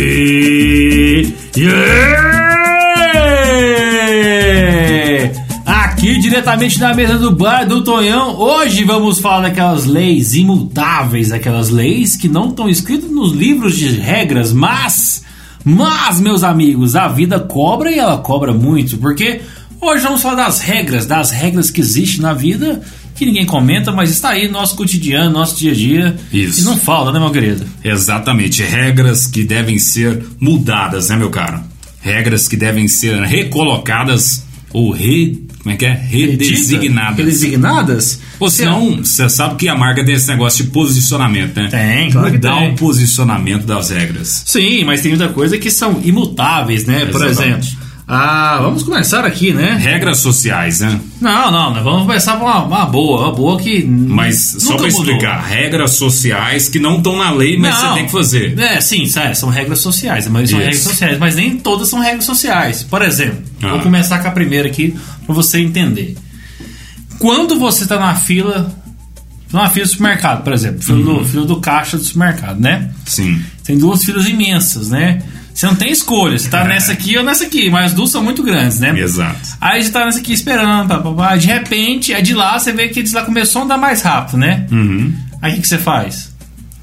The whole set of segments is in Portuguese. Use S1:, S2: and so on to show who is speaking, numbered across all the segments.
S1: Se. Yeah! Aqui diretamente da mesa do bar do Tonhão, hoje vamos falar daquelas leis imutáveis, aquelas leis que não estão escritas nos livros de regras, mas. Mas, meus amigos, a vida cobra e ela cobra muito, porque hoje vamos falar das regras, das regras que existem na vida, que ninguém comenta, mas está aí nosso cotidiano, nosso dia a dia.
S2: Isso.
S1: E não falta, né, meu querido?
S2: Exatamente, regras que devem ser mudadas, né, meu caro? Regras que devem ser recolocadas ou re, como é que é?
S1: Redita?
S2: redesignadas.
S1: Redesignadas?
S2: Ou
S1: um-
S2: senão, você sabe que a marca tem esse negócio de posicionamento, né?
S1: Tem, claro que
S2: Mudar
S1: tem.
S2: o posicionamento das regras.
S1: Sim, mas tem muita coisa que são imutáveis, né? Por
S2: Exatamente.
S1: exemplo. Ah, vamos começar aqui, né?
S2: Regras sociais, né?
S1: Não, não, nós vamos começar com uma, uma boa, uma boa que.
S2: Mas só
S1: nunca
S2: pra
S1: mudou.
S2: explicar, regras sociais que não estão na lei, mas
S1: Não.
S2: você tem que fazer.
S1: É, sim, sério, são regras sociais, mas são
S2: Isso.
S1: regras sociais, mas nem todas são regras sociais. Por exemplo,
S2: Ah.
S1: vou começar com a primeira aqui pra você entender. Quando você tá na fila, na fila do supermercado, por exemplo, fila,
S2: Uhum.
S1: do, fila do caixa do supermercado, né?
S2: Sim.
S1: Tem duas filas imensas, né? Você não tem escolha, você tá nessa aqui ou nessa aqui, mas as duas são muito grandes, né?
S2: É. Exato.
S1: Aí você tá nessa aqui esperando, pá, pá, pá. de repente, é de lá, você vê que eles lá começou a andar mais rápido, né?
S2: Uhum.
S1: Aí o que, que você faz?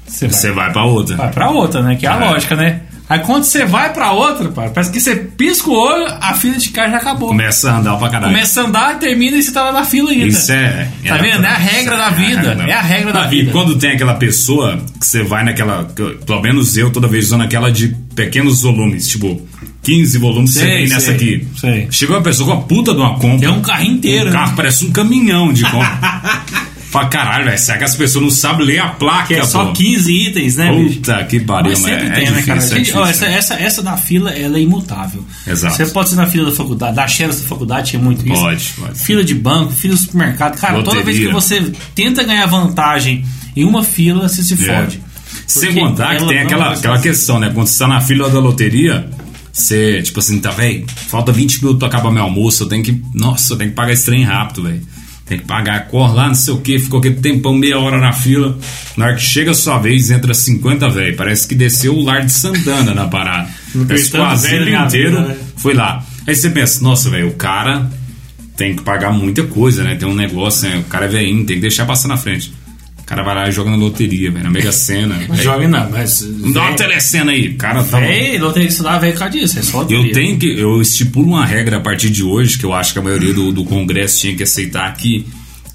S1: Você vai,
S2: Você vai pra outra.
S1: vai pra outra, né? Que é a
S2: É.
S1: lógica, né? Aí quando você vai pra outra, pá, parece que você pisca o olho, a fila de cá já acabou.
S2: Começa a andar pra caralho.
S1: Começa a andar, termina e você tá lá na fila ainda.
S2: Isso é.
S1: Tá vendo? É a regra da vida. É a regra da
S2: Ah,
S1: vida.
S2: E quando tem aquela pessoa que você vai naquela. que eu- Pelo menos eu toda vez usando aquela de pequenos volumes, tipo 15 volumes, você
S1: Sei,
S2: vem nessa
S1: sei,
S2: aqui.
S1: sei.
S2: Chegou uma pessoa com a puta de uma compra.
S1: É um carro inteiro,
S2: Um carro
S1: né?
S2: parece um caminhão de compra. Fala, caralho, velho, será que as pessoas não sabem ler a placa?
S1: Que é só
S2: pô?
S1: 15 itens, né, bicho?
S2: Puta que pariu,
S1: Mas sempre
S2: é,
S1: tem,
S2: é
S1: né, cara?
S2: difícil, é
S1: Gente, ó, essa,
S2: difícil.
S1: essa, essa da fila, ela é imutável.
S2: Exato.
S1: Você pode ser na fila da faculdade, da Xerox da faculdade, tinha muito isso.
S2: Pode, pode.
S1: Fila de banco, fila de supermercado. Cara, toda vez que
S2: Loteria.
S1: você tenta ganhar vantagem em uma fila, você se
S2: É.
S1: fode.
S2: Sem
S1: Porque
S2: contar que
S1: ela
S2: tem
S1: não
S2: aquela,
S1: vai ser
S2: aquela questão, né? Quando você tá na fila da loteria, você, tipo assim, tá, velho, falta 20 minutos pra acabar meu almoço, eu tenho que. Nossa, eu tenho que pagar esse trem rápido, velho. Tem que pagar, corre lá, não sei o que, ficou aquele tempão, meia hora na fila. Na hora que chega a sua vez, entra 50, velho. Parece que desceu o lar de Santana na parada. Parece que o
S1: Gritando, "Véi,
S2: asilo
S1: minha
S2: inteiro
S1: vida, né?"
S2: foi lá. Aí você pensa, nossa, velho, o cara tem que pagar muita coisa, né? Tem um negócio, né? O cara é veinho, tem que deixar passar na frente. O cara vai lá e joga na loteria, velho, na Mega Sena. velho.
S1: Jovem não, mas.
S2: Me É. Dá uma telecena aí, cara. Tá bom.
S1: Ei, não tem que estudar, velho, por causa disso. É só
S2: eu
S1: teoria.
S2: tenho que. Eu estipulo uma regra a partir de hoje, que eu acho que a maioria do, do Congresso tinha que aceitar que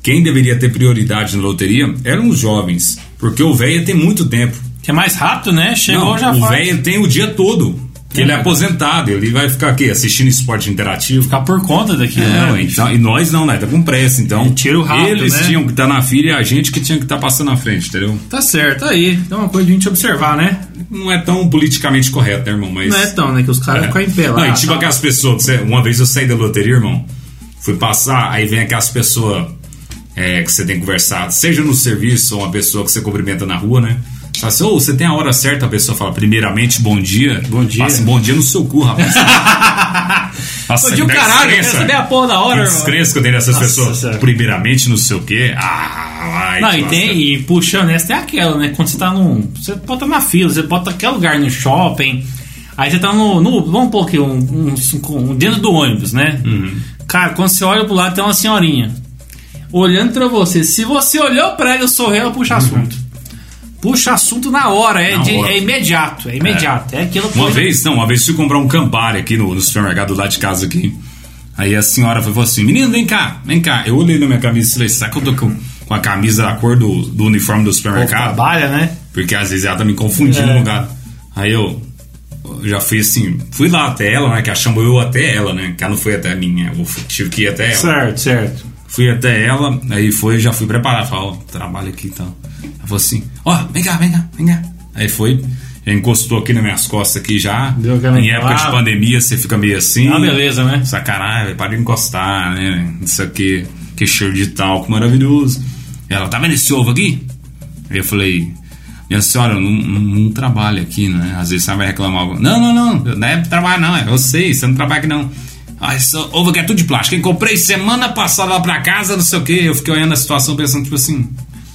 S2: quem deveria ter prioridade na loteria eram os jovens. Porque o velho tem muito tempo.
S1: Que é mais rápido, né? Chegou,
S2: Não,
S1: já
S2: o
S1: faz.
S2: velho tem o dia todo. Que ele é aposentado, ele vai ficar aqui assistindo esporte interativo.
S1: Ficar por conta daquilo,
S2: Não,
S1: né?
S2: então, e nós não, né? Tá com pressa, então.
S1: tira o rápido,
S2: Eles
S1: né?
S2: tinham que estar na fila e a gente que tinha que estar passando na frente, entendeu?
S1: Tá certo, aí. Então é uma coisa de a gente observar, né?
S2: Não é tão politicamente correto, né, irmão? Mas.
S1: Não é tão, né? Que os caras ficam em pé lá.
S2: Não, e tipo
S1: tá.
S2: aquelas pessoas, você- uma vez eu saí da loteria, irmão, fui passar, aí vem aquelas pessoas é, que você tem conversado, seja no serviço ou uma pessoa que você cumprimenta na rua, né? Você fala assim, ô, você tem a hora certa, a pessoa fala, primeiramente, bom dia.
S1: Bom dia.
S2: Fala assim, bom dia no seu cu, rapaz. Nossa,
S1: Bom dia,
S2: que
S1: caralho, eu quero
S2: descrença.
S1: saber a porra da hora,
S2: Que
S1: irmão.
S2: descrença que eu tenho dessas
S1: Nossa
S2: pessoas.
S1: Senhora.
S2: Primeiramente, não sei o quê. Ah, vai.
S1: Não,
S2: te
S1: e tem,
S2: lascar.
S1: e puxando essa tem aquela, né? Quando você tá num. Você pode estar na fila, você pode estar em qualquer lugar no shopping. Aí você tá no. no- vamos pôr aqui, um, um- um- dentro do ônibus, né?
S2: Uhum.
S1: Cara, quando você olha pro lado tem uma senhorinha. Olhando pra você. Se você olhou pra ela, sorriu, ela puxa assunto. Puxa assunto na hora, é,
S2: Uhum. Na
S1: de-
S2: hora.
S1: é imediato, é imediato. É, aquilo
S2: Uma vez, não, uma vez fui comprar um campari aqui no, no supermercado lá de casa aqui. Aí a senhora falou assim, menino, vem cá, vem cá. Eu olhei na minha camisa e falei, será que eu tô com, com a camisa da cor do, do uniforme do supermercado?
S1: trabalha, né?
S2: Porque às vezes ela tá me confundindo
S1: É.
S2: no lugar. Aí eu eu já fui assim, fui lá até ela, né? Que ela chamou eu até ela, né? Que ela não foi até mim, né? Eu fui- tive que ir até ela.
S1: Certo, certo.
S2: Fui até ela, aí foi, já fui preparar. Falei, ó, trabalho aqui e tal. Ela falou assim, ó, vem cá, vem cá, vem cá. Aí foi, já encostou aqui nas minhas costas aqui já.
S1: Deu aquela
S2: em época de
S1: entrada.
S2: pandemia você fica meio assim.
S1: Ah, beleza, né?
S2: Sacanagem, para de encostar, né? Isso aqui, que cheiro de talco maravilhoso. Ela, tá vendo esse ovo aqui? Aí eu falei, minha senhora, eu não, não, não trabalho aqui, né? Às vezes você vai reclamar algo. Não, não, não, eu não é pra trabalhar não, é, eu sei, você não trabalha aqui não. Ah, esse ovo aqui é tudo de plástico. Eu comprei semana passada lá pra casa, não sei o quê. Eu fiquei olhando a situação pensando, tipo assim.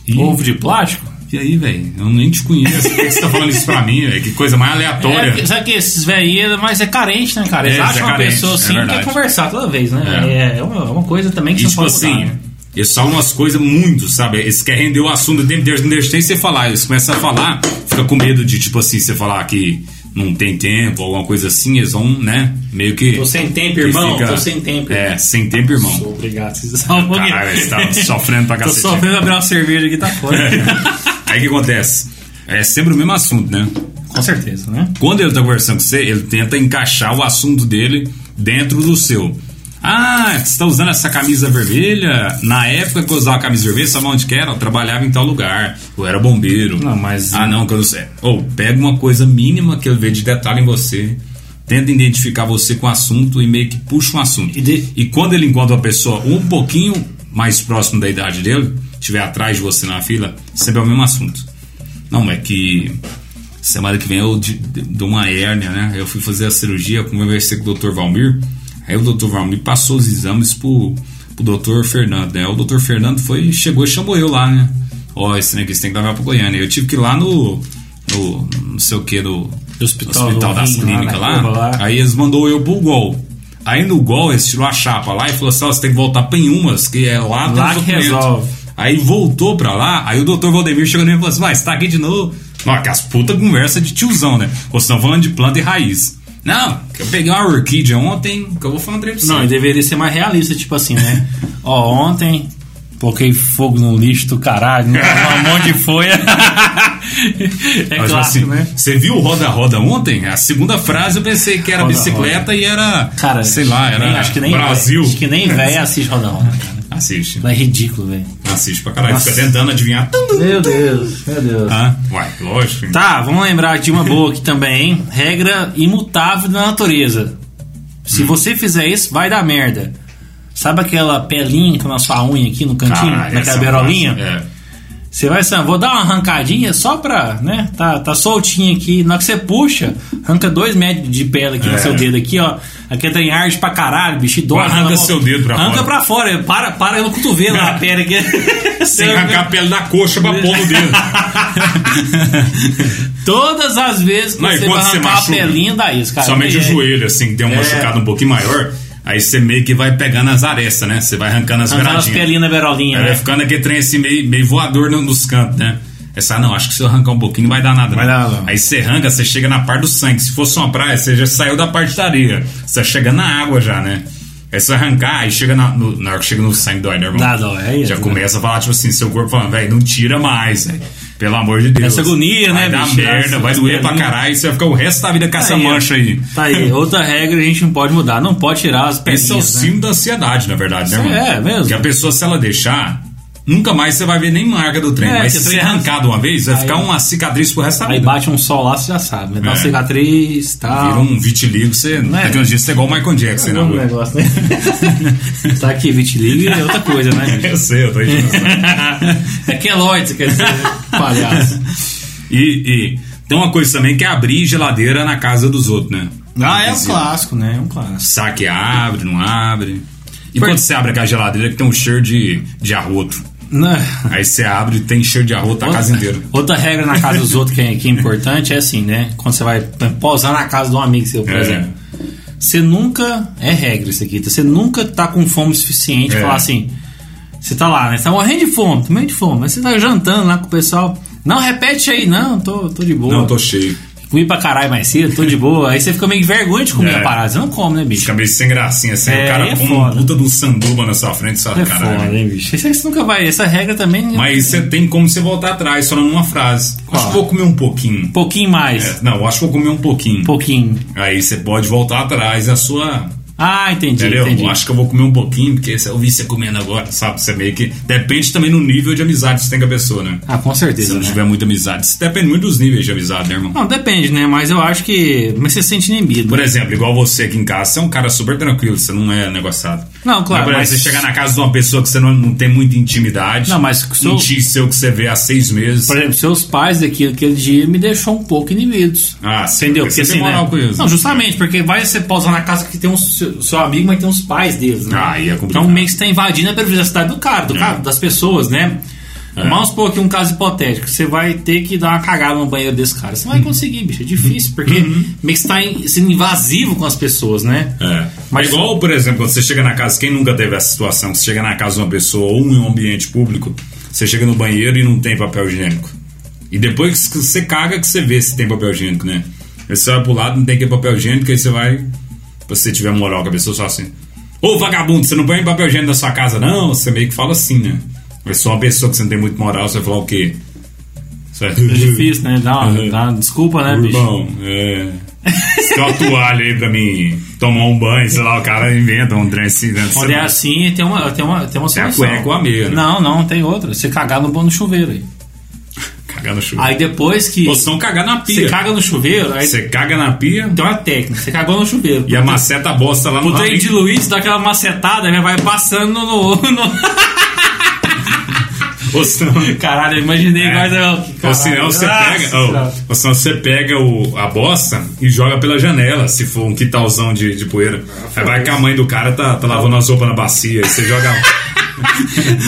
S2: "Ih,
S1: Ovo de plástico?
S2: E aí, velho? Eu nem te conheço. Por que que você tá falando isso pra mim, velho? Que coisa mais aleatória.
S1: É, sabe que esses velhinhos, mas é carente, né, cara?
S2: É,
S1: Eles
S2: eles
S1: acham
S2: é
S1: uma
S2: carente,
S1: pessoa
S2: é
S1: assim e quer
S2: verdade.
S1: conversar toda vez, né? É, é uma, é uma coisa também que
S2: E
S1: você
S2: tipo
S1: não pode
S2: assim,
S1: mudar, né?
S2: eles falam umas coisas muito, sabe? Eles querem render o assunto o tempo inteiro, não deixa nem você falar. Eles começam a falar, fica com medo de, tipo assim, você falar que não tem tempo, alguma coisa assim, eles vão, né? Meio que.
S3: Tô sem tempo,
S2: que
S3: irmão.
S2: fica-
S3: Tô sem tempo.
S2: É, sem tempo, irmão.
S3: Obrigado, vocês
S1: Só um pouquinho.
S2: Caralho, você tá sofrendo pra
S1: Tô
S2: cacete. É.
S1: sofrendo abrir uma cerveja aqui, tá fora.
S2: Aí o que acontece? É sempre o mesmo assunto, né?
S1: Com certeza, né?
S2: Quando ele tá conversando com você, ele tenta encaixar o assunto dele dentro do seu. Ah, você está usando essa camisa vermelha? Na época que eu usava a camisa vermelha, sabe onde que era? Eu trabalhava em tal lugar. Eu era bombeiro.
S1: Não, mas-
S2: Ah, não, que eu não sei. Ou pega uma coisa mínima que ele vê de detalhe em você. Tenta identificar você com o assunto e meio que puxa um assunto.
S1: E de-
S2: E quando ele encontra uma pessoa um pouquinho mais próximo da idade dele, estiver atrás de você na fila, sempre é o mesmo assunto. Não, é que semana que vem eu de- de- dou uma hérnia, né? Eu fui fazer a cirurgia, conversei com o Dr. Valmir. Aí o Dr. Valmir passou os exames pro, pro Dr. Fernando, né? O Dr. Fernando foi, chegou e chamou eu lá, né? Ó, esse negócio tem que levar pra Goiânia. Eu tive que ir lá no. no não sei o que, no.
S1: Hospital
S2: hospital
S1: do
S2: das
S1: Rim, lá
S2: Clínicas
S1: na
S2: lá.
S1: Cuba, lá.
S2: Aí eles mandou eu pro gol. Aí no gol eles tirou a chapa lá e falou assim: ó, você tem que voltar pra Inhumas, que é lá tem
S1: Lá
S2: os
S1: que
S2: documentos.
S1: resolve.
S2: Aí voltou pra lá, aí o doutor Valdemir chegou nele e falou assim: Mas tá aqui de novo. Nossa, que as puta conversa de tiozão, né? Vocês estão falando de planta e raiz. Não, que eu peguei uma orquídea ontem, que eu vou falar um trem pra você.
S1: Não, e deveria ser mais realista, tipo assim, né? Ó, ontem coloquei fogo no lixo do caralho, né? um monte de folha. é
S2: Mas,
S1: clássico,
S2: assim,
S1: né?
S2: Você viu o Roda Roda ontem? É A segunda frase eu pensei que era
S1: Roda
S2: bicicleta e era.
S1: Cara,
S2: sei lá, era.
S1: nem- acho que nem
S2: Brasil.
S1: Acho que nem velho assiste roda roda, cara.
S2: Assiste,
S1: É ridículo, velho.
S2: assiste pra caralho.
S1: Nossa.
S2: Fica tentando adivinhar.
S1: Meu Deus, meu Deus.
S2: Ah, uai, lógico.
S1: Tá, vamos lembrar de uma boa aqui também, hein? Regra imutável da natureza. Se
S2: Hum.
S1: você fizer isso, vai dar merda. Sabe aquela pelinha com na sua unha aqui no cantinho,
S2: Caralho, Ah, essa
S1: naquela berolinha?
S2: frase, É.
S1: Você vai assim, ah, vou dar uma arrancadinha só pra, né? Tá, tá soltinho aqui. Na hora que você puxa, arranca dois metros de pele aqui no
S2: É.
S1: seu dedo aqui, ó. Aqui tem arde pra caralho, bicho, e dói.
S2: Arranca
S1: Ela-
S2: seu dedo pra
S1: Arranca
S2: fora.
S1: pra fora, para, para no cotovelo na pele aqui.
S2: Sem arrancar a pele da coxa pra pôr no dedo.
S1: Todas as vezes que
S2: Não, e
S1: você vai
S2: quando você
S1: arrancar a
S2: machuca?
S1: pelinha, dá isso, cara.
S2: Somente
S1: É,
S2: o joelho, assim, que tem um machucado um pouquinho maior. Aí você meio que vai pegando as arestas, né? Você vai arrancando as
S1: Arrancar as
S2: beiradinhas.
S1: é pelinhas na berolinha,
S2: Aí vai
S1: né?
S2: ficando aquele trem assim, meio, meio voador no- nos cantos, né? Essa, ah, não, acho que se eu arrancar um pouquinho não vai dar nada.
S1: Vai
S2: né?
S1: dar nada.
S2: Aí você arranca, você chega na parte do sangue. Se fosse uma praia, você já saiu da parte da areia. Você chega na água já, né? Aí você arrancar, aí chega na, no, na hora que chega no sangue dói, né, irmão?
S1: Dá dói, é isso,
S2: Já
S1: né?
S2: começa a falar, tipo assim, seu corpo falando, velho, não tira mais, velho. Pelo amor de Deus.
S1: Essa agonia, né,
S2: vai Vai dar
S1: bicho?
S2: merda,
S1: As-
S2: vai
S1: as
S2: doer pra
S1: pelinhas.
S2: caralho. Você vai ficar o resto da vida com essa
S1: Aí, ó.
S2: mancha aí.
S1: Tá aí, outra regra a gente não pode mudar, não pode tirar as pelinhas.
S2: Esse é o
S1: né?
S2: símbolo da ansiedade, na verdade, né,
S1: Sim,
S2: mano?
S1: é, mesmo.
S2: Que a pessoa, se ela deixar, nunca mais você vai ver nem marca do trem.
S1: É,
S2: Mas
S1: que
S2: se
S1: o trem
S2: você arrancar de uma vez, vai
S1: Aí-
S2: ficar uma cicatriz pro resto da
S1: Aí
S2: vida.
S1: bate um sol lá, você já sabe, né? Dá uma
S2: É.
S1: cicatriz, tá? tal.
S2: Vira um vitiligo, você.
S1: é?
S2: Daqui uns dias você é igual o Michael Jackson, né,
S1: Não,
S2: mano?
S1: negócio, né? tá aqui, vitiligo é outra coisa, né? gente?
S2: Eu sei, eu tô imaginando.
S1: É queloide, quer dizer, palhaço.
S2: e, e tem uma coisa também que é abrir geladeira na casa dos outros, né?
S1: Ah, é um
S2: Vizinho.
S1: clássico, né? É um clássico.
S2: Será que abre, não abre? E
S1: Por-
S2: quando você abre aquela geladeira que tem um cheiro de, de arroto?
S1: Né?
S2: Aí você abre e tem cheiro de arroto a casa inteira.
S1: Outra regra na casa dos outros que é, que é importante é assim, né? Quando você vai posar na casa de um amigo seu, por
S2: É.
S1: exemplo. Você nunca. É regra isso aqui. tá? Você nunca tá com fome suficiente pra
S2: É.
S1: falar assim. Você tá lá, né? Você tá morrendo de fome, tô morrendo de fome. Mas você tá jantando lá com o pessoal. Não, repete aí, não, tô, tô de boa.
S2: Não, tô cheio.
S1: comi pra caralho mais cedo, tô de boa. Aí você fica meio que vergonha de comer
S2: É.
S1: a parada. Você não come, né, bicho?
S2: Cabeça sem gracinha, assim.
S1: É,
S2: o cara
S1: aí é
S2: com
S1: foda.
S2: uma puta de um sanduba na sua frente, só
S1: É
S2: caralho.
S1: foda, hein, bicho? Isso aí você nunca vai. Essa regra também. é
S2: Mas você tem como você voltar atrás, só numa frase.
S1: Qual?
S2: Acho que vou comer um pouquinho.
S1: Um pouquinho mais.
S2: É, não, acho que vou comer um pouquinho.
S1: Um pouquinho.
S2: Aí você pode voltar atrás da sua.
S1: Ah, entendi,
S2: Entendeu?
S1: entendi.
S2: Acho que eu vou comer um pouquinho, porque se eu vi você comendo agora, sabe? Você meio que. Depende também do nível de amizade que você tem com a pessoa, né?
S1: Ah, com
S2: Se
S1: certeza.
S2: não
S1: né?
S2: tiver muita amizade. Isso depende muito dos níveis de amizade, né, irmão?
S1: Não, depende, né? Mas eu acho que. Mas você se sente inibido.
S2: Por exemplo, igual você aqui em casa, você é um cara super tranquilo, você não é negociado.
S1: Não, claro,
S2: Mas, por exemplo,
S1: mas-
S2: é você chegar na casa de uma pessoa que você não, não tem muita intimidade.
S1: Não, mas se eu-
S2: Um tio seu que você vê há seis meses.
S1: Por exemplo, seus pais daqui aquele dia me deixou um pouco inibidos.
S2: Ah, sim,
S1: Entendeu?
S2: porque
S1: Porque
S2: você tem
S1: assim,
S2: moral
S1: né?
S2: com eles, né?
S1: Não, justamente, porque vai você pausa na casa que tem um seu, seu amigo, mas tem os pais deles, né?
S2: Ah, aí é complicado.
S1: Então meio que você tá invadindo a privacidade do cara, do cara, das pessoas, né?
S2: É.
S1: Vamos supor que um caso hipotético, você vai ter que dar uma cagada no banheiro desse cara. Você não vai
S2: Uhum.
S1: conseguir, bicho. É difícil, porque meio que você tá em- sendo invasivo com as pessoas, né?
S2: É.
S1: Mas-
S2: Mas igual, por exemplo, quando você chega na casa, quem nunca teve essa situação? Você chega na casa de uma pessoa ou em um ambiente público, você chega no banheiro e não tem papel higiênico. E depois que você caga que você vê se tem papel higiênico, né? Aí você vai pro lado, não tem aquele papel higiênico, aí você vai. Se você tiver moral com a pessoa, só assim. Ô vagabundo, você não põe papel higiênico na sua casa, não? Você meio que fala assim, né? É só uma pessoa que você não tem muito moral, você vai falar o quê? Você vai-
S1: É difícil, né? Dá uma,
S2: Uhum.
S1: dá uma desculpa, né, bicho?
S2: Urbão, é. Se tem uma toalha aí pra mim tomar um banho, sei lá, o cara inventa um trem assim, né?
S1: Quando é assim, tem uma, tem uma, tem uma
S2: Tem a
S1: solução.
S2: cueca ou a meia, né?
S1: Não, não, tem outra. Você cagar no bom no chuveiro. Aí,
S2: Cagar no chuveiro.
S1: aí depois que
S2: Ou se não cagar na
S1: você
S2: pia.
S1: caga no chuveiro, aí
S2: Você caga na pia
S1: tem uma técnica. Você cagou no chuveiro.
S2: e a maceta bosta lá no
S1: O trem
S2: rabinho.
S1: de Luiz dá aquela macetada, né? Vai passando no. no...
S2: Ou se não-
S1: Caralho, eu imaginei
S2: É.
S1: mas eu-
S2: Ou
S1: Caralho. Ah,
S2: senão você
S1: Nossa
S2: pega, oh.
S1: Senhora.
S2: ou, ou senão você pega o- a bosta e joga pela janela, se for um quintalzão de, de poeira.
S1: Ah,
S2: Aí vai que a mãe do cara tá, tá lavando as roupas na bacia, aí você joga. é um,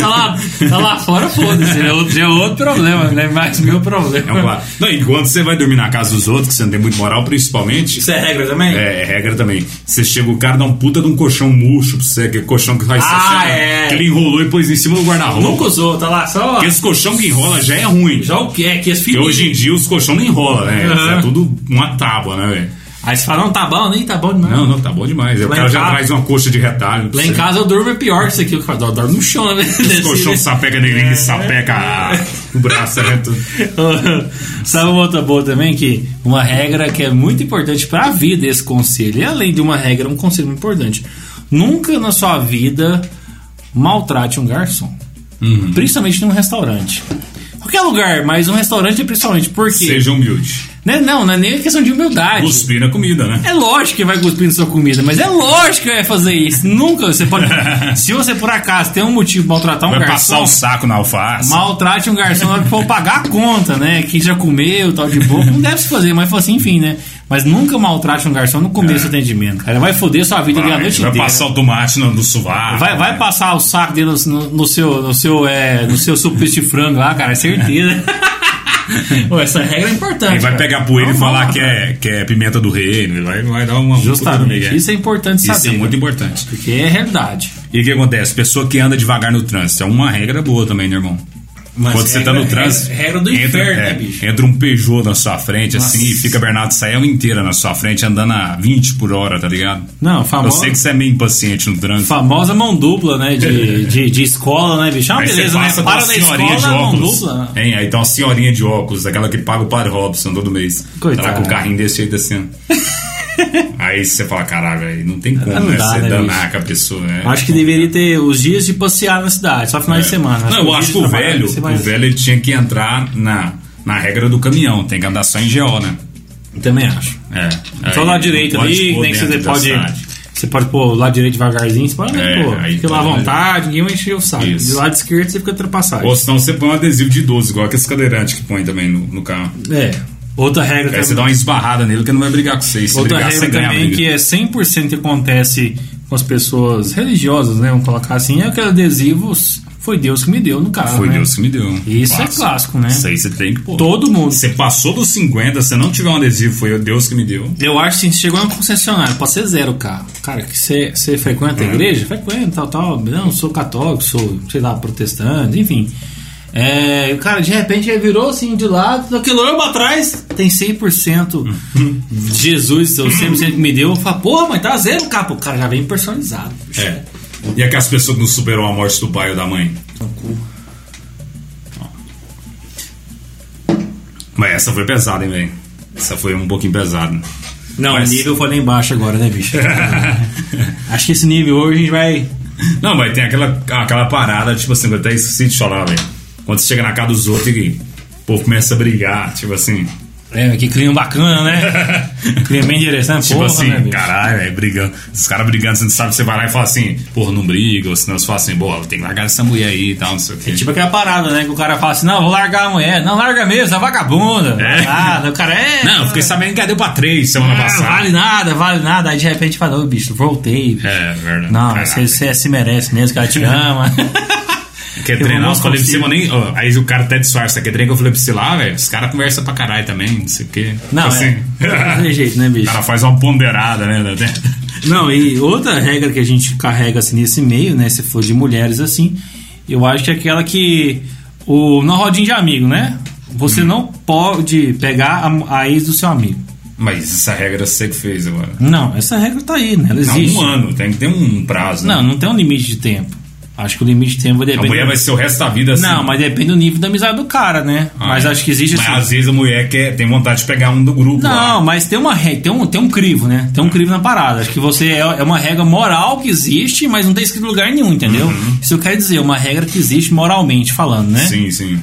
S1: Tá lá, tá lá fora, foda-se. É outro, é outro problema, né? Mas meu problema.
S2: É um lá. Não, enquanto você vai dormir na casa dos outros, que você não tem muito moral, principalmente.
S1: Isso é regra também?
S2: É, é regra também. Você chega, o cara dá um puta de um colchão murcho pra você, aquele colchão que vai
S1: Ah, é.
S2: que ele enrolou e pôs em cima do
S1: Nunca
S2: guarda-roupa.
S1: usou, tá lá só.
S2: Porque esse colchão que enrola já é ruim.
S1: Já o que é que esse
S2: Porque
S1: filho.
S2: hoje em dia os colchão não enrola, né?
S1: Aham.
S2: É tudo uma tábua, né, velho?
S1: Aí você fala, não, tá bom, nem tá bom demais.
S2: Não, não, tá bom demais. Aí O
S1: Lá em
S2: cara já
S1: casa-
S2: traz uma coxa de retalho. pra
S1: Lá em
S2: você.
S1: casa eu durmo é pior que isso aqui. Eu falo, eu dormo no chão, né? É.
S2: Esse colchão sapeca negrinho, que sapeca o braço, né? Tudo.
S1: Sabe uma outra boa também? Que uma regra que é muito importante pra vida esse conselho. E além de uma regra, um conselho muito importante. Nunca na sua vida maltrate um garçom.
S2: Uhum.
S1: Principalmente num restaurante. Qualquer lugar, mas um restaurante é principalmente. Por quê?
S2: Seja humilde.
S1: Né? Não, não é nem questão de humildade.
S2: Cuspir na comida, né?
S1: É lógico que vai cuspir na sua comida, mas é lógico que vai fazer isso. Nunca você pode. Se você por acaso tem um motivo pra maltratar um
S2: Vai
S1: garçom,
S2: passar o saco na alface.
S1: maltrate um garçom na hora que for pagar a conta, né? Quem já comeu, tal de boca, não deve se fazer, mas assim, enfim, né? Mas nunca maltrate um garçom no começo do atendimento, cara. Vai foder sua vida ali a
S2: Vai,
S1: noite
S2: vai
S1: inteira.
S2: passar o tomate no, no sovaco.
S1: Vai, vai
S2: né?
S1: passar o saco dele no, no seu, no seu, é, no seu suplício de frango lá, cara, é certeza. Pô, essa regra é importante.
S2: Ele vai
S1: cara.
S2: pegar poeira e
S1: Não,
S2: falar
S1: não.
S2: que é, que é pimenta do reino, ele vai, vai dar uma uma puta
S1: Justamente.
S2: migué.
S1: Isso é importante
S2: Isso
S1: saber.
S2: é muito importante.
S1: Porque é realidade.
S2: E o que acontece? Pessoa que anda devagar no trânsito. É uma regra boa também, né, irmão?
S1: Mas
S2: Quando você tá
S1: regra-
S2: no trânsito.
S1: regra- regra do inferno, né, bicho?
S2: Entra um Peugeot na sua frente,
S1: Nossa.
S2: assim, e fica Bernardo Sael inteira na sua frente, andando a 20 por hora, tá ligado?
S1: Não,
S2: Eu
S1: famosa,
S2: sei que você é meio impaciente no trânsito.
S1: famosa mão dupla, né? De, de, de escola, né, bicho? É uma
S2: Aí
S1: beleza,
S2: você
S1: né?
S2: passa
S1: Para
S2: de
S1: na
S2: uma senhorinha
S1: escola,
S2: de
S1: mão
S2: óculos.
S1: dupla. né?
S2: Hein? Aí tá uma senhorinha de óculos, aquela que paga o padre Robson todo mês.
S1: Coitada.
S2: Tá com o carrinho desse jeito assim. ó. aí você fala, caralho, aí não tem como,
S1: Não
S2: né?
S1: dá,
S2: você
S1: né,
S2: danar com a pessoa, né?
S1: Acho que deveria ter os dias de passear na cidade, só final de semana.
S2: É. Não, eu
S1: os dias
S2: acho que o
S1: de trabalho
S2: velho,
S1: tem que ser mais-
S2: o velho ele tinha que entrar na, na regra do caminhão, tem que andar só em GO, né?
S1: Também acho.
S2: É.
S1: Só o
S2: Aí
S1: lado direito
S2: não pode
S1: ali,
S2: pôr
S1: nem que
S2: dentro
S1: você
S2: da
S1: pode.
S2: cidade.
S1: Você pode pôr o lado direito devagarzinho, você pode,
S2: É,
S1: pô,
S2: aí
S1: fica lá à
S2: pode.
S1: vontade, ninguém vai encher o saco.
S2: Isso.
S1: De lado esquerdo você fica ultrapassado.
S2: Ou senão você põe um adesivo de 12, igual aqueles cadeirantes que põe também no, no carro.
S1: É. Outra regra
S2: Aí você
S1: também.
S2: É, dá uma esbarrada nele que ele não vai brigar com você. E Se
S1: Outra
S2: brigar, você
S1: regra
S2: ganha a
S1: também
S2: briga.
S1: que é 100% que acontece com as pessoas religiosas, né? Vamos colocar assim, é aquele adesivo foi Deus que me deu no carro,
S2: Foi
S1: né?
S2: Deus que me deu.
S1: Isso é clássico, né?
S2: Isso aí você tem que pôr.
S1: Todo mundo.
S2: Você passou dos 50, você não tiver um adesivo, foi Deus que me deu.
S1: Eu acho assim, você chegou em um concessionário, pode ser zero o carro. Cara, que você, você frequenta a
S2: Uhum.
S1: igreja? Frequenta, tal, tal. Não, sou católico, sou, sei lá, protestante, enfim. É, cara, de repente ele virou assim de lado, aquele olhou pra trás, tem 100%
S2: Uhum.
S1: de Jesus, seu 100% que me deu. Fala, porra, mas tá zero o carro. Pô, O cara já vem personalizado. bicho.
S2: É. E aquelas pessoas que não superou a morte do pai ou da mãe?
S1: Então,
S2: Mas essa foi pesada, hein, velho? Essa foi um pouquinho pesada.
S1: Não,
S2: Mas-
S1: o nível foi lá embaixo agora, né, bicho? Acho que esse nível hoje a gente vai.
S2: Não, mas tem aquela, aquela parada, tipo assim, eu até esqueci de chorar, velho. Quando você chega na casa dos outros e o povo começa a brigar, tipo assim.
S1: É, mas que clima bacana, né? clima bem interessante,
S2: Tipo
S1: porra,
S2: assim,
S1: né, bicho?
S2: caralho, velho, brigando. Os caras brigando, você não sabe, você vai lá e fala assim, porra, não briga, ou senão você fala assim, boa, tem que largar essa mulher aí e tal, não sei o quê.
S1: É tipo aquela parada, né? Que o cara fala assim: não, vou largar a mulher. Não, larga mesmo, é vagabunda.
S2: É.
S1: Ah, o cara é.
S2: Não, assim, eu fiquei sabendo que deu pra três semana
S1: ah,
S2: passada.
S1: Vale nada, vale nada. Aí de repente fala: ô bicho, voltei. bicho.
S2: É, verdade.
S1: Não,
S2: Caraca.
S1: você, você se merece mesmo, que ela te ama.
S2: Aquele quer
S1: Eu
S2: treinar?
S1: não
S2: Eu falei pra você,
S1: consigo.
S2: mas nem. ó, aí o cara até disfarça, você quer treinar? Eu falei pra você lá, velho, os caras conversam pra caralho também, não sei o quê.
S1: Não,
S2: assim.
S1: é. Não tem jeito, né,
S2: o
S1: bicho?
S2: cara faz uma ponderada, né? até-
S1: Não, e outra regra que a gente carrega assim, nesse meio, né? Se for de mulheres assim, eu acho que é aquela que. O, na rodinha de amigo, né?
S2: Hum.
S1: Você não pode pegar a, a ex do seu amigo.
S2: Mas essa regra você que fez agora.
S1: Não, essa regra tá aí, né? Ela
S2: Não,
S1: existe.
S2: um ano, tem que ter um prazo. né?
S1: Não, não tem um limite de tempo. Acho que o limite de tempo vai
S2: A
S1: depender.
S2: mulher vai ser o resto da vida assim.
S1: Não, mas depende do nível da amizade do cara, né?
S2: Ah,
S1: mas
S2: é.
S1: acho que existe
S2: Mas
S1: assim.
S2: às vezes a mulher quer, tem vontade de pegar um do grupo.
S1: Não,
S2: lá.
S1: mas tem uma re- tem um, tem um crivo, né?
S2: É.
S1: Tem um crivo na parada. Acho que você é, é uma regra moral que existe, mas não tem escrito em lugar nenhum, entendeu? Isso eu quero dizer, é uma regra que existe moralmente falando, né?
S2: Uhum. Sim, sim.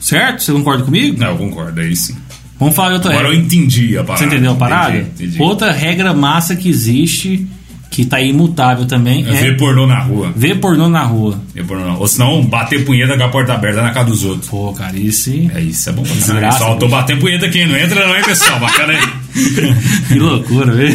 S1: Certo? Você concorda comigo?
S2: Não, eu concordo, é isso.
S1: Vamos falar de outra
S2: Agora eu
S1: regra.
S2: entendi a parada.
S1: É. Você entendeu a parada?
S2: Entendi, entendi.
S1: Outra regra massa que existe, que tá imutável também,
S2: É
S1: é,
S2: ver pornô na rua.
S1: ver pornô na rua.
S2: Ver pornô na rua. Ou senão bater punheta com a porta aberta na casa dos outros.
S1: Pô, cara, isso. hein?
S2: É isso, é bom pra caralho.
S1: Desgraça,
S2: Só tô batendo punheta aqui, não entra não, hein, pessoal? Bacana aí.
S1: Que loucura, viu?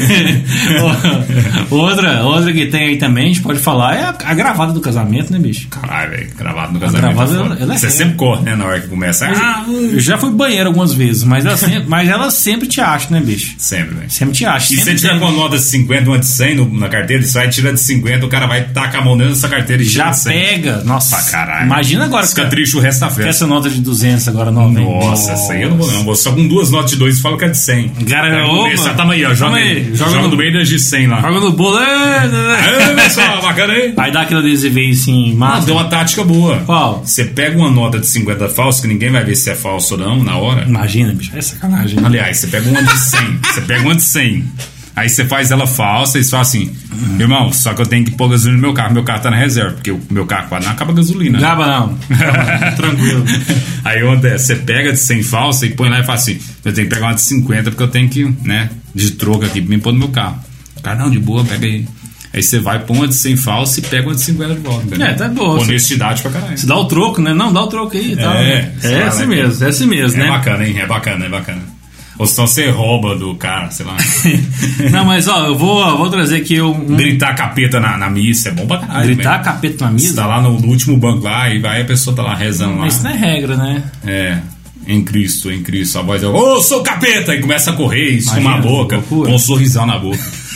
S1: outra, outra que tem aí também, a gente pode falar, é a a gravada do casamento, né, bicho?
S2: Caralho, velho, gravado no casamento.
S1: gravada,
S2: é foda.
S1: ela- ela é
S2: Você
S1: séria.
S2: sempre corre, né, na hora que começa. Ah,
S1: Eu já fui banheiro algumas vezes, mas ela sempre, mas ela sempre te acha, né, bicho?
S2: sempre, velho.
S1: Sempre te acha.
S2: E se você
S1: sempre
S2: tiver
S1: tem.
S2: com uma nota de 50, uma de 100 no- na carteira, ele sai, tira de 50, o cara vai tacar a mão dentro dessa carteira e tira
S1: Já
S2: de 100.
S1: pega. Nossa,
S2: Pra caralho.
S1: Imagina agora que,
S2: Fica triste o resto da
S1: que
S2: festa.
S1: essa nota de 200 agora não vem.
S2: Nossa, essa aí eu não vou não. Vou só com duas notas de dois e falo que é de 100.
S1: Cara,
S2: Vai
S1: ô,
S2: começar,
S1: mano.
S2: tamo aí, ó.
S1: Tamo
S2: Joga,
S1: aí,
S2: aí,
S1: joga
S2: joga,
S1: no-
S2: no meio das de 100 lá.
S1: Joga no bolo. é,
S2: Aí, É, pessoal, bacana aí?
S1: Aí dá aquele adesivinho assim,
S2: Ah,
S1: massa.
S2: deu uma tática boa.
S1: Qual?
S2: Você pega uma nota de 50 falsa, que ninguém vai ver se é falso ou não na hora.
S1: Imagina, bicho. É sacanagem. né?
S2: Aliás, você pega uma de 100. você pega uma de 100. Aí você faz ela falsa e você fala assim: irmão, só que eu tenho que pôr gasolina no meu carro. Meu carro tá na reserva, porque o meu carro quase não acaba a gasolina.
S1: Gaba não. Tranquilo.
S2: Aí onde é? Você pega de 100 falsa e põe lá e fala assim: eu tenho que pegar uma de 50 porque eu tenho que, né, de troca aqui pra mim pôr no meu carro. O cara, não, de boa, pega aí. Aí você vai, põe uma de 100 falsa e pega uma de 50 de volta. entendeu?
S1: É, tá boa.
S2: Honestidade pra caralho.
S1: Se dá o troco, né? Não, dá o troco aí. Tá,
S2: É, sei
S1: é
S2: lá,
S1: assim
S2: né?
S1: mesmo, é assim mesmo,
S2: É
S1: né?
S2: bacana, hein? É bacana, é bacana. Ou senão você rouba do cara, sei lá.
S1: Não, mas ó, eu vou, vou trazer aqui um. um-
S2: Gritar capeta na, na missa é bom pra caralho.
S1: gritar capeta na
S2: Você
S1: mesa.
S2: tá lá no, no último banco lá e vai a pessoa tá lá rezando lá.
S1: Mas isso não é regra, né?
S2: É. Em Cristo, em Cristo. A voz é, ô, sou capeta! E começa a correr, esfuma a
S1: Imagina,
S2: boca,
S1: loucura.
S2: com um sorrisão na boca.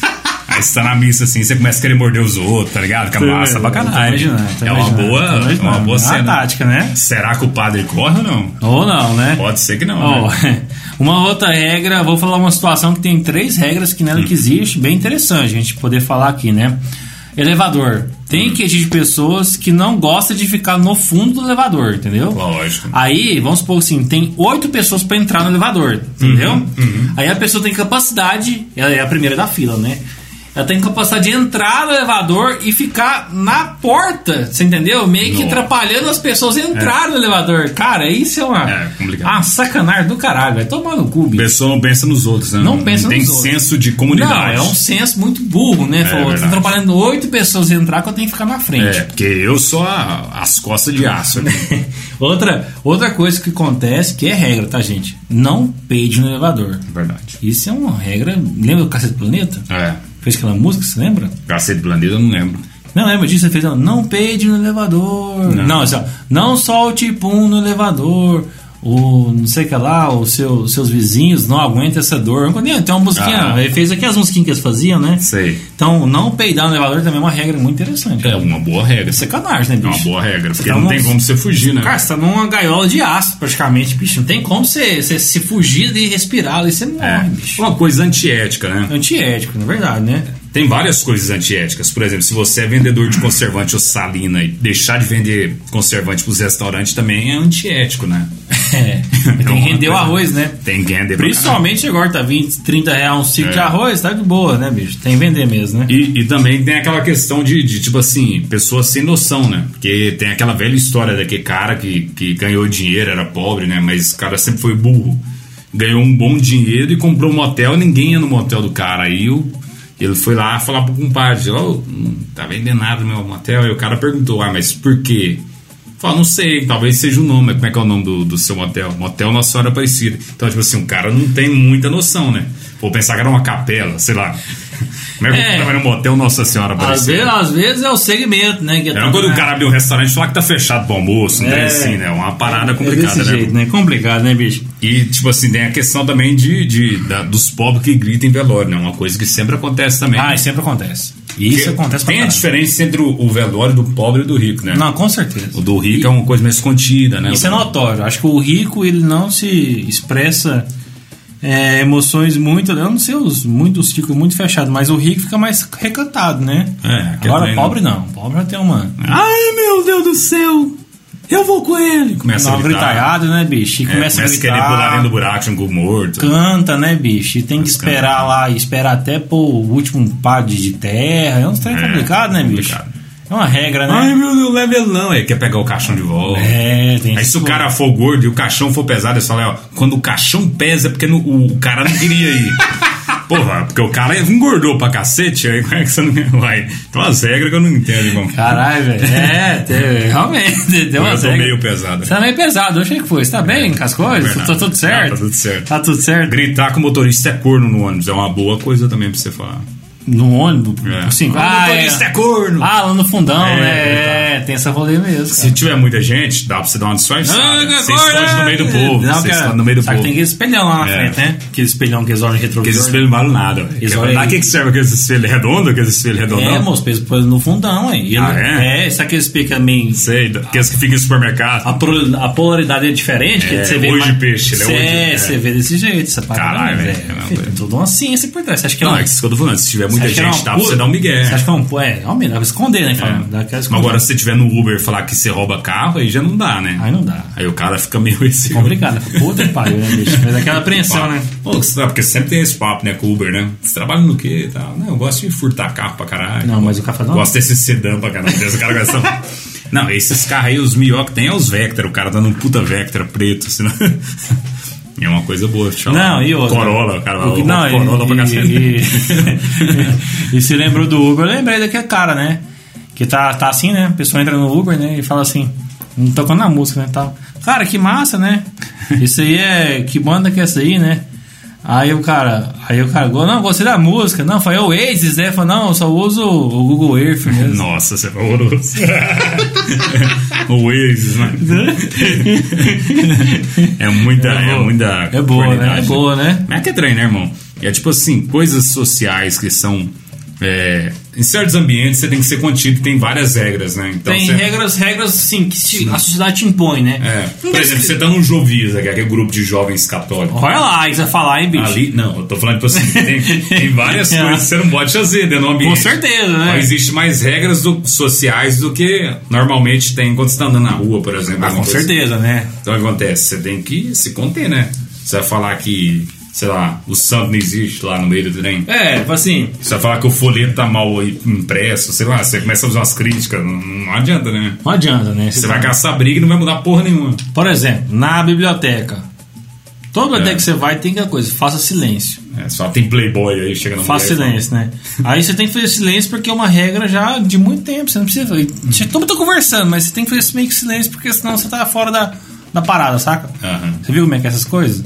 S2: Aí você tá na missa assim, você começa a querer morder os outros, tá ligado? Fica massa pra caralho.
S1: Imaginar, tá
S2: É uma
S1: É, imaginando,
S2: boa,
S1: tá
S2: é
S1: imaginando.
S2: uma boa
S1: É uma
S2: cena.
S1: tática, né?
S2: Será que o padre corre ou não?
S1: Ou não, né?
S2: Pode ser que não.
S1: Ó,
S2: né?
S1: uma outra regra, vou falar uma situação que tem três regras que
S2: Hum.
S1: nela que existe, bem interessante a gente poder falar aqui, né? Elevador.
S2: Hum.
S1: Tem que existir pessoas que não gostam de ficar no fundo do elevador, entendeu?
S2: Lógico.
S1: Aí, vamos supor assim, tem oito pessoas pra entrar no elevador, entendeu?
S2: Uhum,
S1: Aí a pessoa tem capacidade, ela é a primeira da fila, né? Ela tem capacidade de entrar no elevador e ficar na porta, você entendeu? Meio que
S2: Nossa.
S1: atrapalhando as pessoas a entrar no elevador. Cara, isso é uma.
S2: É, complicado.
S1: Ah, sacanagem do caralho, vai tomar no cu,
S2: A
S1: bicho.
S2: pessoa não pensa nos outros, né?
S1: Não pensa
S2: tem
S1: nos outros.
S2: senso de
S1: Não,
S2: comunidade.
S1: é um senso muito burro, né? Falou, tá
S2: É verdade.
S1: atrapalhando oito pessoas a entrar que eu tenho que ficar na frente.
S2: É, porque eu sou a- as costas de aço. Né?
S1: Outra, outra coisa que acontece, que é regra, tá, gente? Não peide no elevador.
S2: Verdade.
S1: Isso é uma regra. Lembra do Cacete do Planeta?
S2: É.
S1: Fez aquela música, você lembra?
S2: Cacete planeta, eu não lembro.
S1: Não lembra disso? Você fez ela, não peide no elevador. Não, assim, ó, não solte pum no elevador. O não sei o que lá, os seu, seus vizinhos não aguentam essa dor. Tem uma musiquinha,
S2: Ah.
S1: ele fez aqui as musiquinhas que eles faziam, né?
S2: Sei.
S1: Então, não peidar no elevador também é uma regra muito interessante.
S2: É uma boa regra.
S1: Sacanagem, né,
S2: É uma
S1: bicho?
S2: boa regra, porque
S1: tá
S2: não
S1: num-
S2: tem como você fugir, né?
S1: Cara, você tá numa gaiola de aço praticamente, bicho. Não tem como você, você se fugir de respirar ali, você morre,
S2: É.
S1: bicho.
S2: Uma coisa antiética, né?
S1: Antiético, na verdade, né?
S2: Tem várias coisas antiéticas. Por exemplo, se você é vendedor de conservante ou salina e deixar de vender conservante pros restaurantes também é antiético, né?
S1: É.
S2: É
S1: Tem
S2: uma
S1: que render o
S2: coisa-
S1: arroz, né?
S2: Tem que render pra
S1: Principalmente agora tá 20, 30 reais um ciclo
S2: É.
S1: de arroz, tá de boa, né, bicho? Tem que vender mesmo, né?
S2: E, e também tem aquela questão de, de, tipo assim, pessoas sem noção, né? Porque tem aquela velha história daquele cara que, que ganhou dinheiro, era pobre, né? Mas o cara sempre foi burro. Ganhou um bom dinheiro e comprou um motel, ninguém ia no motel do cara. Aí o, ele foi lá falar pro compadre, ó, não tá vendendo nada no meu motel. Aí o cara perguntou, ah, mas por quê? Fala, não sei, talvez seja o nome, como é que é o nome do, do seu motel? Motel Nossa Senhora Aparecida. Então, tipo assim, o cara não tem muita noção, né? Vou pensar que era uma capela, sei lá. Como é que o
S4: É.
S2: cara vai no motel Nossa Senhora
S4: Às
S2: Aparecida?
S4: vezes, às vezes é o segmento, né? Que é
S2: É uma
S4: tudo,
S2: quando o
S4: né?
S2: cara abre um restaurante e fala que tá fechado pro almoço, um
S4: É.
S2: trem assim, né? Uma parada
S4: É
S2: complicada,
S4: desse
S2: né?
S4: jeito, né? Complicado, né, bicho?
S2: E, tipo assim, tem a questão também de, de- da- dos pobres que gritam em velório, né? Uma coisa que sempre acontece também.
S1: Ah, isso sempre acontece. E
S2: Porque
S1: isso acontece pra
S2: Tem a
S1: caralho.
S2: diferença entre o, o velório do pobre e do rico, né?
S1: Não, com certeza.
S2: O do rico é uma coisa mais contida, né?
S1: Isso é notório. Acho que o rico ele não se expressa é, emoções muito. Eu não sei os muitos ricos muito fechados, mas o rico fica mais recantado, né?
S2: É, que
S1: Agora
S2: também
S1: pobre não. Pobre já tem uma.
S2: Ai, meu Deus do céu! Eu vou com ele! Começa
S1: Dá
S2: a
S1: uma
S2: gritar.
S1: gritalhada, né, bicho? E
S2: É,
S1: começa, a
S2: querer pular
S1: gritar.
S2: dentro do buraco, um gol morto.
S1: Canta, né, bicho? E tem que
S2: Mas canta.
S1: esperar lá, e esperar até pôr o último par de de terra. É um trem
S2: É,
S1: complicado, né, bicho?
S2: complicado.
S1: É uma regra, né?
S2: Ai, meu Deus, leva ele não. Aí quer pegar o caixão de volta.
S1: É, tem
S2: Aí se o
S1: isso.
S2: cara for gordo e o caixão for pesado, eu falo, ó, quando o caixão pesa é porque no- o cara não queria ir. Porra, porque o cara engordou pra cacete, aí como é que você não vai? Tem umas regras que eu não entendo, irmão.
S1: Caralho, velho. É, tem- realmente, deu uma
S2: eu tô
S1: regra.
S2: meio pesado.
S1: Você tá meio pesado, eu achei que foi. Você tá bem com as coisas?
S2: Bernardo.
S1: tá tudo certo?
S2: Tá tudo certo.
S1: Tá tudo certo?
S2: Gritar com o motorista é corno no ônibus é uma boa coisa também pra você falar.
S1: No ônibus?
S2: É.
S1: Assim,
S2: O
S1: ah, é.
S2: motorista é. corno!
S1: ah, lá no fundão,
S2: É,
S1: né? É, tem essa rolê mesmo.
S2: Se tiver muita gente, dá pra você dar uma
S1: Ah,
S2: disfarçada. Você esconde no meio
S1: é.
S2: do povo. Você esconde no meio do
S1: Só
S2: povo.
S1: que tem aquele espelhão lá na
S2: É.
S1: frente, né? Aquele espelhão que eles olham retrovisor.
S2: Aqueles espelhos não valem nada. velho.
S1: Eles
S2: Quer
S1: olham
S2: falar,
S1: aí.
S2: que que serve aqueles espelhos redondos? Aqueles espelhos redondos?
S1: É,
S2: não?
S1: moço, eles põem no fundão, hein? E
S2: Ah,
S1: não-
S2: é?
S1: É, sabe aqueles espelhos que também...
S2: Sei, aqueles que ficam em supermercado.
S1: A, pro- a polaridade é diferente, que
S2: É,
S1: você vê.
S2: olho de peixe, né?
S1: Cê-
S2: Olho de-
S1: É,
S2: é.
S1: você vê desse jeito, essa parada.
S2: Caralho,
S1: né,
S2: velho,
S1: velho?
S2: é uma
S1: Filho,
S2: coisa.
S1: Tem toda uma ciência por trás. Você acha que é
S2: Não,
S1: um-
S2: é isso que eu tô falando. Se tiver
S1: Você
S2: muita
S1: acha que era
S2: gente,
S1: uma
S2: dá pra você
S1: puta-
S2: dar um migué.
S1: Você acha que é um. É, homem, dá pra esconder, né?
S2: É.
S1: Falando, dá aquela
S2: Mas
S1: escondida.
S2: Agora, se você tiver no Uber e falar que você rouba carro, aí já não dá, né?
S1: Aí não dá.
S2: Aí o cara fica meio esse.
S1: Complicado. Puta que pariu, né, bicho? Fez aquela apreensão, né?
S2: Pô, que você tá- porque sempre tem esse papo, né, com o Uber, né? Você trabalha no quê e tal? Não, eu gosto de furtar carro pra caralho.
S1: Não, mas o cara fala, não.
S2: Gosto desse sedã pra caralho. Esse cara gosta... Não, esses carros aí, os melhor que tem é os Vectra. O cara dando um puta Vectra preto, assim. né? É uma coisa boa, deixa eu falar.
S1: Não, e outra.
S2: Corolla, o cara
S1: O que-
S2: vai
S1: não,
S2: Corolla
S1: e,
S2: pra cacete.
S1: e, e, e se lembrou do Uber, eu lembrei daquele cara, né? Que tá, tá assim, né? A pessoa entra no Uber, né? E fala assim, não tocando na música, né? Tal. Cara, que massa, né? Isso aí é. Que banda que é essa aí, né? Aí o cara, aí o cara, "Go- não, gostei da música. Não, foi o Oasis, né? Falei, não, eu só uso o Google Earth mesmo.
S2: Nossa, você é horroroso. o Waze, né? é muita. É,
S1: boa.
S2: muita.
S1: É boa, né? É
S2: qualidade,
S1: boa, né?
S2: Mas é que é trem, né, irmão? E É tipo assim, coisas sociais que são. é, em certos ambientes você tem que ser contido, tem várias regras, né? Então,
S1: Tem
S2: você-
S1: regras, regras assim, que se- a sociedade te impõe, né?
S2: É.
S1: Não
S2: Por exemplo, você tá num Jovisa, que é aquele grupo de jovens católicos.
S1: Olha lá, isso vai falar, hein, bicho?
S2: Ali, não, eu tô falando tipo assim, tem, tem várias
S1: É.
S2: coisas que você não pode fazer dentro do ambiente.
S1: Com certeza, né?
S2: Então, existe mais regras do- sociais do que normalmente tem quando você tá andando na rua, por exemplo.
S1: Ah,
S2: alguma
S1: com
S2: coisa.
S1: certeza, né?
S2: Então o que acontece? Você tem que se conter, né? Você vai falar que, sei lá, o santo não existe lá no meio do trem.
S1: É, tipo assim,
S2: Você vai falar que o folheto tá mal impresso, sei lá, você começa a fazer umas críticas, não, não adianta, né?
S1: não adianta, né?
S2: Você vai caçar briga e não vai mudar porra nenhuma.
S1: Por exemplo, na biblioteca. Toda biblioteca
S2: É.
S1: que você vai tem aquela coisa, faça silêncio.
S2: É, só tem playboy aí, chega no
S1: Faça silêncio, né? Aí você tem que fazer silêncio porque é uma regra já de muito tempo. Você não precisa. Você, todo mundo tá conversando, mas você tem que fazer esse meio que silêncio porque senão você tá fora da, da parada, saca?
S2: Aham.
S1: Você viu como é que é essas coisas?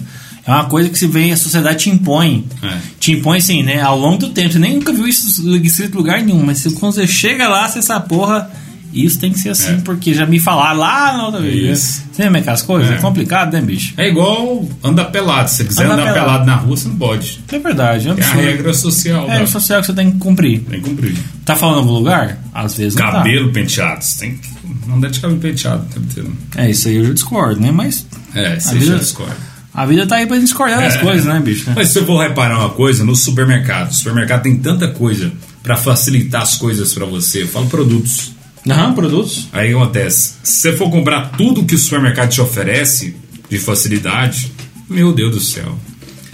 S1: É uma coisa que se vem, a sociedade te impõe.
S2: É.
S1: Te impõe, assim, né? Ao longo do tempo. Você nem nunca viu isso escrito em lugar nenhum, mas quando você chega lá, você essa porra. Isso tem que ser assim,
S2: É.
S1: porque já me falaram lá na outra vez. né?
S2: Isso.
S1: Você lembra aquelas coisas?
S2: É.
S1: É complicado, né, bicho?
S2: É igual andar pelado. Se você quiser
S1: Andar
S2: andar, pelado.
S1: pelado
S2: na rua, você não pode.
S1: É verdade, é um
S2: É a
S1: absurdo.
S2: regra social.
S1: É
S2: né?
S1: o social que você tem que cumprir.
S2: Tem que cumprir.
S1: Tá falando em algum lugar? Às vezes não tá.
S2: Cabelo penteado. Você tem que andar Tá. de cabelo penteado o tempo inteiro.
S1: tá. É, isso aí eu já discordo, né? Mas
S2: É, você
S1: vida-
S2: já discorda.
S1: a vida tá aí pra gente discordar das
S2: É.
S1: coisas, né, bicho?
S2: Mas se eu vou reparar uma coisa, no supermercado, o supermercado tem tanta coisa pra facilitar as coisas pra você. Eu falo produtos.
S1: Aham, produtos.
S2: Aí o que acontece? Se você for comprar tudo que o supermercado te oferece de facilidade, meu Deus do céu.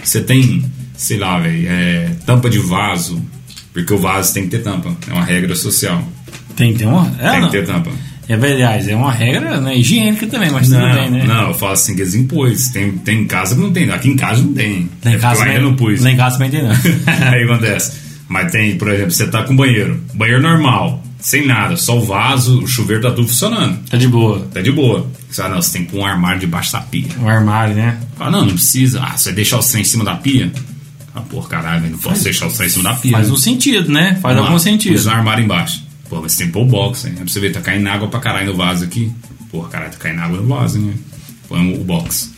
S2: Você tem, sei lá, velho, é, tampa de vaso, porque o vaso tem que ter tampa. É uma regra social.
S1: Tem que ter uma. É,
S2: tem
S1: não.
S2: que ter tampa.
S1: É, aliás, é uma regra né, higiênica também, mas tudo bem, né?
S2: não, eu falo assim que eles impôs. Tem, tem em casa que não tem. Aqui em casa não tem.
S1: Lá
S2: É
S1: em casa
S2: porque eu
S1: também
S2: ainda não pus.
S1: Lá em casa também tem, não.
S2: Aí acontece. Mas tem, por exemplo, você tá com banheiro. Banheiro normal. sem nada, só o vaso, o chuveiro tá tudo funcionando.
S1: Tá de boa.
S2: Tá de boa. Você fala, não, você tem que pôr um armário debaixo da pia.
S1: O armário, né?
S2: Fala, não, não precisa. Ah, você vai deixar o trem em cima da pia? Ah, por caralho, não posso deixar o trem em cima da pia.
S1: Faz um sentido, né? Faz
S2: Vamos
S1: algum
S2: lá,
S1: sentido.
S2: Pus um armário embaixo. Pô, mas tem que pôr o box, hein? Aí pra você ver, tá caindo água pra caralho no vaso aqui. Porra, caralho, tá caindo água no vaso, né? Põe o box.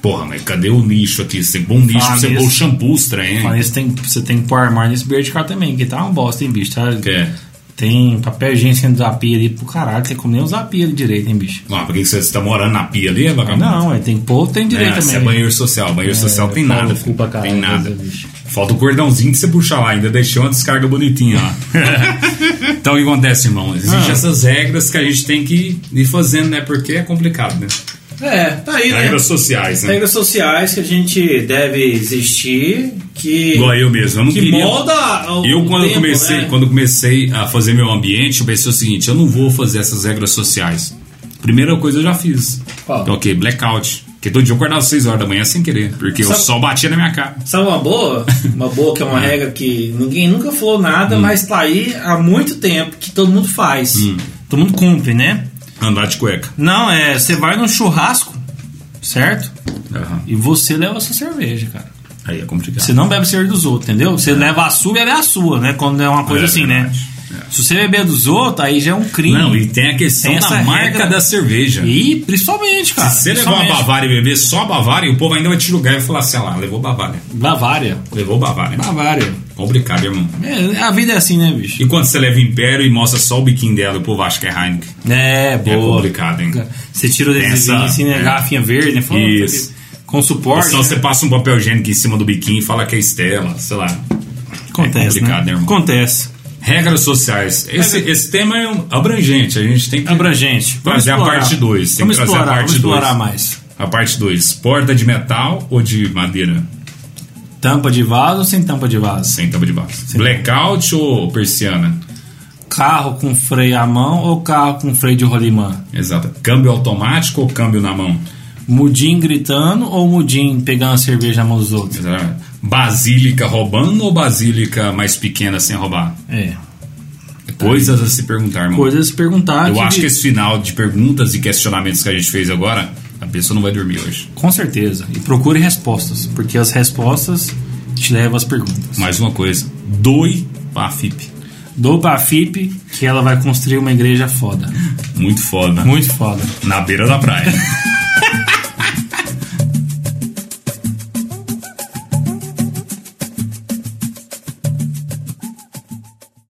S2: Porra, mas cadê o lixo aqui? Você tem que pôr um lixo
S1: Fala
S2: pra você
S1: nisso.
S2: pôr o shampoo estranho, hein?
S1: Mas você tem, você tem que pôr armário nesse vertical também, que tá uma bosta, hein, bicho? Tá,
S2: Que é.
S1: Tem papel higiênico dentro da pia ali pro caralho, tem como nem usar a pia ali direito, hein, bicho?
S2: Ah, por que você você tá morando na pia ali, vagabundo?
S1: Não, é, tem pouco, tem direito
S2: É,
S1: também.
S2: isso é banheiro social. Banheiro social tem
S1: fala
S2: nada.
S1: o cu
S2: filho.
S1: pra caralho,
S2: tem nada.
S1: coisa, bicho.
S2: Falta o cordãozinho de você puxar lá. Ainda deixou uma descarga bonitinha lá. então o que acontece, irmão? Existem
S1: Ah.
S2: essas regras que a gente tem que ir fazendo, né? Porque é complicado, né?
S5: É, tá aí, né?
S2: Regras sociais, né?
S5: Regras sociais que a gente deve existir, que,
S2: Igual eu mesmo. Eu não
S5: que
S2: queria...
S5: molda o
S2: Eu quando eu
S5: tempo,
S2: comecei,
S5: né?
S2: quando eu comecei a fazer meu ambiente, eu pensei o seguinte: eu não vou fazer essas regras sociais. Primeira coisa eu já fiz. Então,
S5: Qual?
S2: Ok, blackout. Porque todo dia eu acordava às 6 horas da manhã sem querer, porque o
S5: Sabe-
S2: sol batia na minha cara.
S5: Sabe uma boa? Uma boa que é uma regra que ninguém nunca falou nada,
S2: Hum.
S5: mas tá aí há muito tempo que todo mundo faz.
S1: Todo mundo cumpre, né?
S2: Andar de cueca.
S1: Não, é. Você vai num churrasco, certo?
S2: Aham.
S1: E você leva a sua cerveja, cara.
S2: Aí é complicado.
S1: Você não bebe cerveja dos outros, entendeu? Você leva a sua e bebe a sua, né? Quando é uma coisa
S2: É,
S1: assim,
S2: verdade.
S1: né? Se você beber dos outros, aí já é um crime.
S2: Não, e tem a questão
S1: Tem essa
S2: da marca
S1: regra.
S2: da cerveja.
S1: E principalmente, cara.
S2: Se você levar uma
S1: principalmente.
S2: Bavária e beber só a Bavária, o povo ainda vai te julgar e vai falar assim: ah lá, levou Bavária.
S1: Bavária.
S2: Levou Bavária.
S1: Bavária.
S2: Complicado, irmão.
S1: É, a vida é assim, né, bicho?
S2: E quando você leva Império e mostra só o biquinho dela, o povo acha que é Heineken.
S1: É,
S2: É
S1: boa.
S2: complicado, hein?
S1: Você tira o
S2: Tem
S1: adesivinho
S2: essa-
S1: assim, né?
S2: é.
S1: Garrafinha verde, né? Fala,
S2: Isso.
S1: Com
S2: Ou
S1: suporte. né?
S2: senão você passa um papel higiênico em cima do biquinho e fala que é Estela, sei lá.
S1: Acontece,
S2: É complicado,
S1: né?
S2: né, irmão?
S1: Acontece.
S2: Regras sociais. Esse, esse tema é um abrangente, a gente tem que.
S1: Abrangente. Vamos
S2: Trazer É a
S1: explorar.
S2: parte dois, tem
S1: Vamos
S2: que trazer a
S1: explorar,
S2: parte
S1: vamos explorar
S2: dois.
S1: mais.
S2: A parte 2. Porta de metal ou de madeira?
S1: Tampa de vaso ou sem tampa de vaso?
S2: Sem tampa de baixo. Blackout ou persiana?
S1: Carro com freio à mão ou carro com freio de rolimã?
S2: Exato. Câmbio automático ou câmbio na mão?
S1: Mudim gritando ou mudim pegando a cerveja na mão dos outros?
S2: Exato. Basílica roubando ou basílica mais pequena sem roubar?
S1: É.
S2: Coisas a se perguntar, irmão.
S1: Coisas a se perguntar.
S2: Eu acho que esse final de perguntas e questionamentos que a gente fez agora, a pessoa não vai dormir hoje.
S1: Com certeza. E procure respostas, porque as respostas te levam às perguntas.
S2: Mais uma coisa. Doe pra FIP.
S1: Dou pra FIP que ela vai construir uma igreja foda.
S2: Muito foda.
S1: Muito foda.
S2: Na beira da praia.